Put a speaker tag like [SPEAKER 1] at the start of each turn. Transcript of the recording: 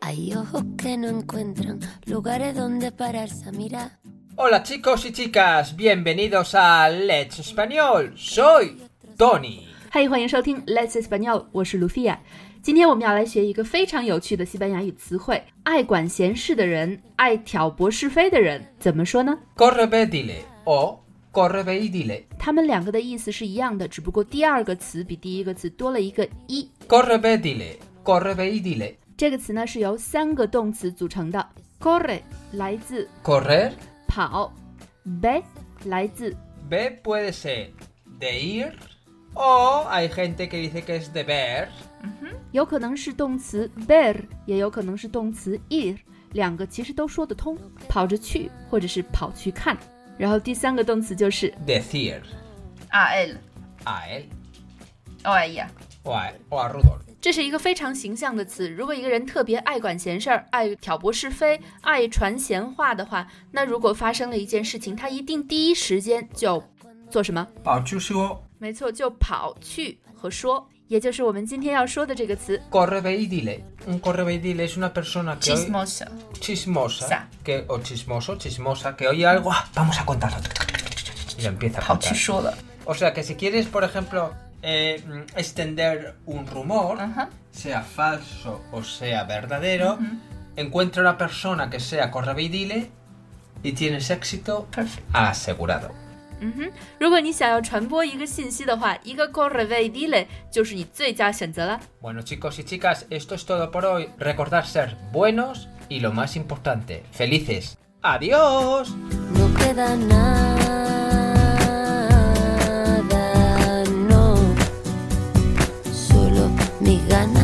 [SPEAKER 1] Hay ojos que no encuentran lugares donde pararse a mirar.
[SPEAKER 2] Hola chicos y chicas, bienvenidos a Let's Español. Soy Tony.
[SPEAKER 3] 嘿欢迎收听 Let's Español，我是 Lucia。今天我们要来学一个非常有趣的西班牙语词汇：爱管闲事的人，爱挑拨是非的人，怎么说呢？
[SPEAKER 2] Corre ve dile o corre ve y dile.
[SPEAKER 3] 他们两个的意思是一样的，只不过第二个词比第一个词多了一个一。
[SPEAKER 2] Corre ve dile, corre ve y dile.
[SPEAKER 3] 这个词呢是由三个动词组成的，corre 来自
[SPEAKER 2] Correr,
[SPEAKER 3] 跑，be 来自
[SPEAKER 2] ve puede ser de ir o hay gente que dice que es de ver.
[SPEAKER 3] 有可能是动词 ver，也有可能是动词 ir，两个其实都说得通，跑着去或者是跑去看。然后第三个动词就是
[SPEAKER 2] Decir
[SPEAKER 4] a él
[SPEAKER 2] a él
[SPEAKER 4] o E 啊 a ella.
[SPEAKER 2] o a, o a Rudolf.
[SPEAKER 3] 这是一个非常形象的词。如果一个人特别爱管闲事儿、爱挑拨是非、爱传闲话的话，那如果发生了一件事情，他一定第一时间就做什么？没错，就跑去和说，也就是我们今天要说的这个词。
[SPEAKER 2] Corre ve y dile. Un corre ve y dile es una persona que hoy-
[SPEAKER 4] Chismosa.
[SPEAKER 2] chismosa
[SPEAKER 4] Sa.
[SPEAKER 2] que, o chismoso, chismosa, que oye algo, ¡ah! vamos a contarlo. Y lo empieza a
[SPEAKER 4] 跑
[SPEAKER 2] contar.
[SPEAKER 4] 去说了。
[SPEAKER 2] O sea que si quieres, por ejemplo, eh, mm, extender un rumor,
[SPEAKER 3] Ah.
[SPEAKER 4] 嗯哼，
[SPEAKER 2] sea falso o sea verdadero, encuentra una persona que sea correveidile y tienes éxito
[SPEAKER 4] Perfect.
[SPEAKER 2] asegurado.
[SPEAKER 3] 嗯哼，如果你想要传播一个信息的话，一个 c o r r e v e d i l e 就是你最佳选择了。
[SPEAKER 2] Bueno chicos y chicas, esto es todo por hoy. Recordar ser buenos y lo más importante, felices. ¡Adiós!
[SPEAKER 1] No queda nada, no. Solo mi gana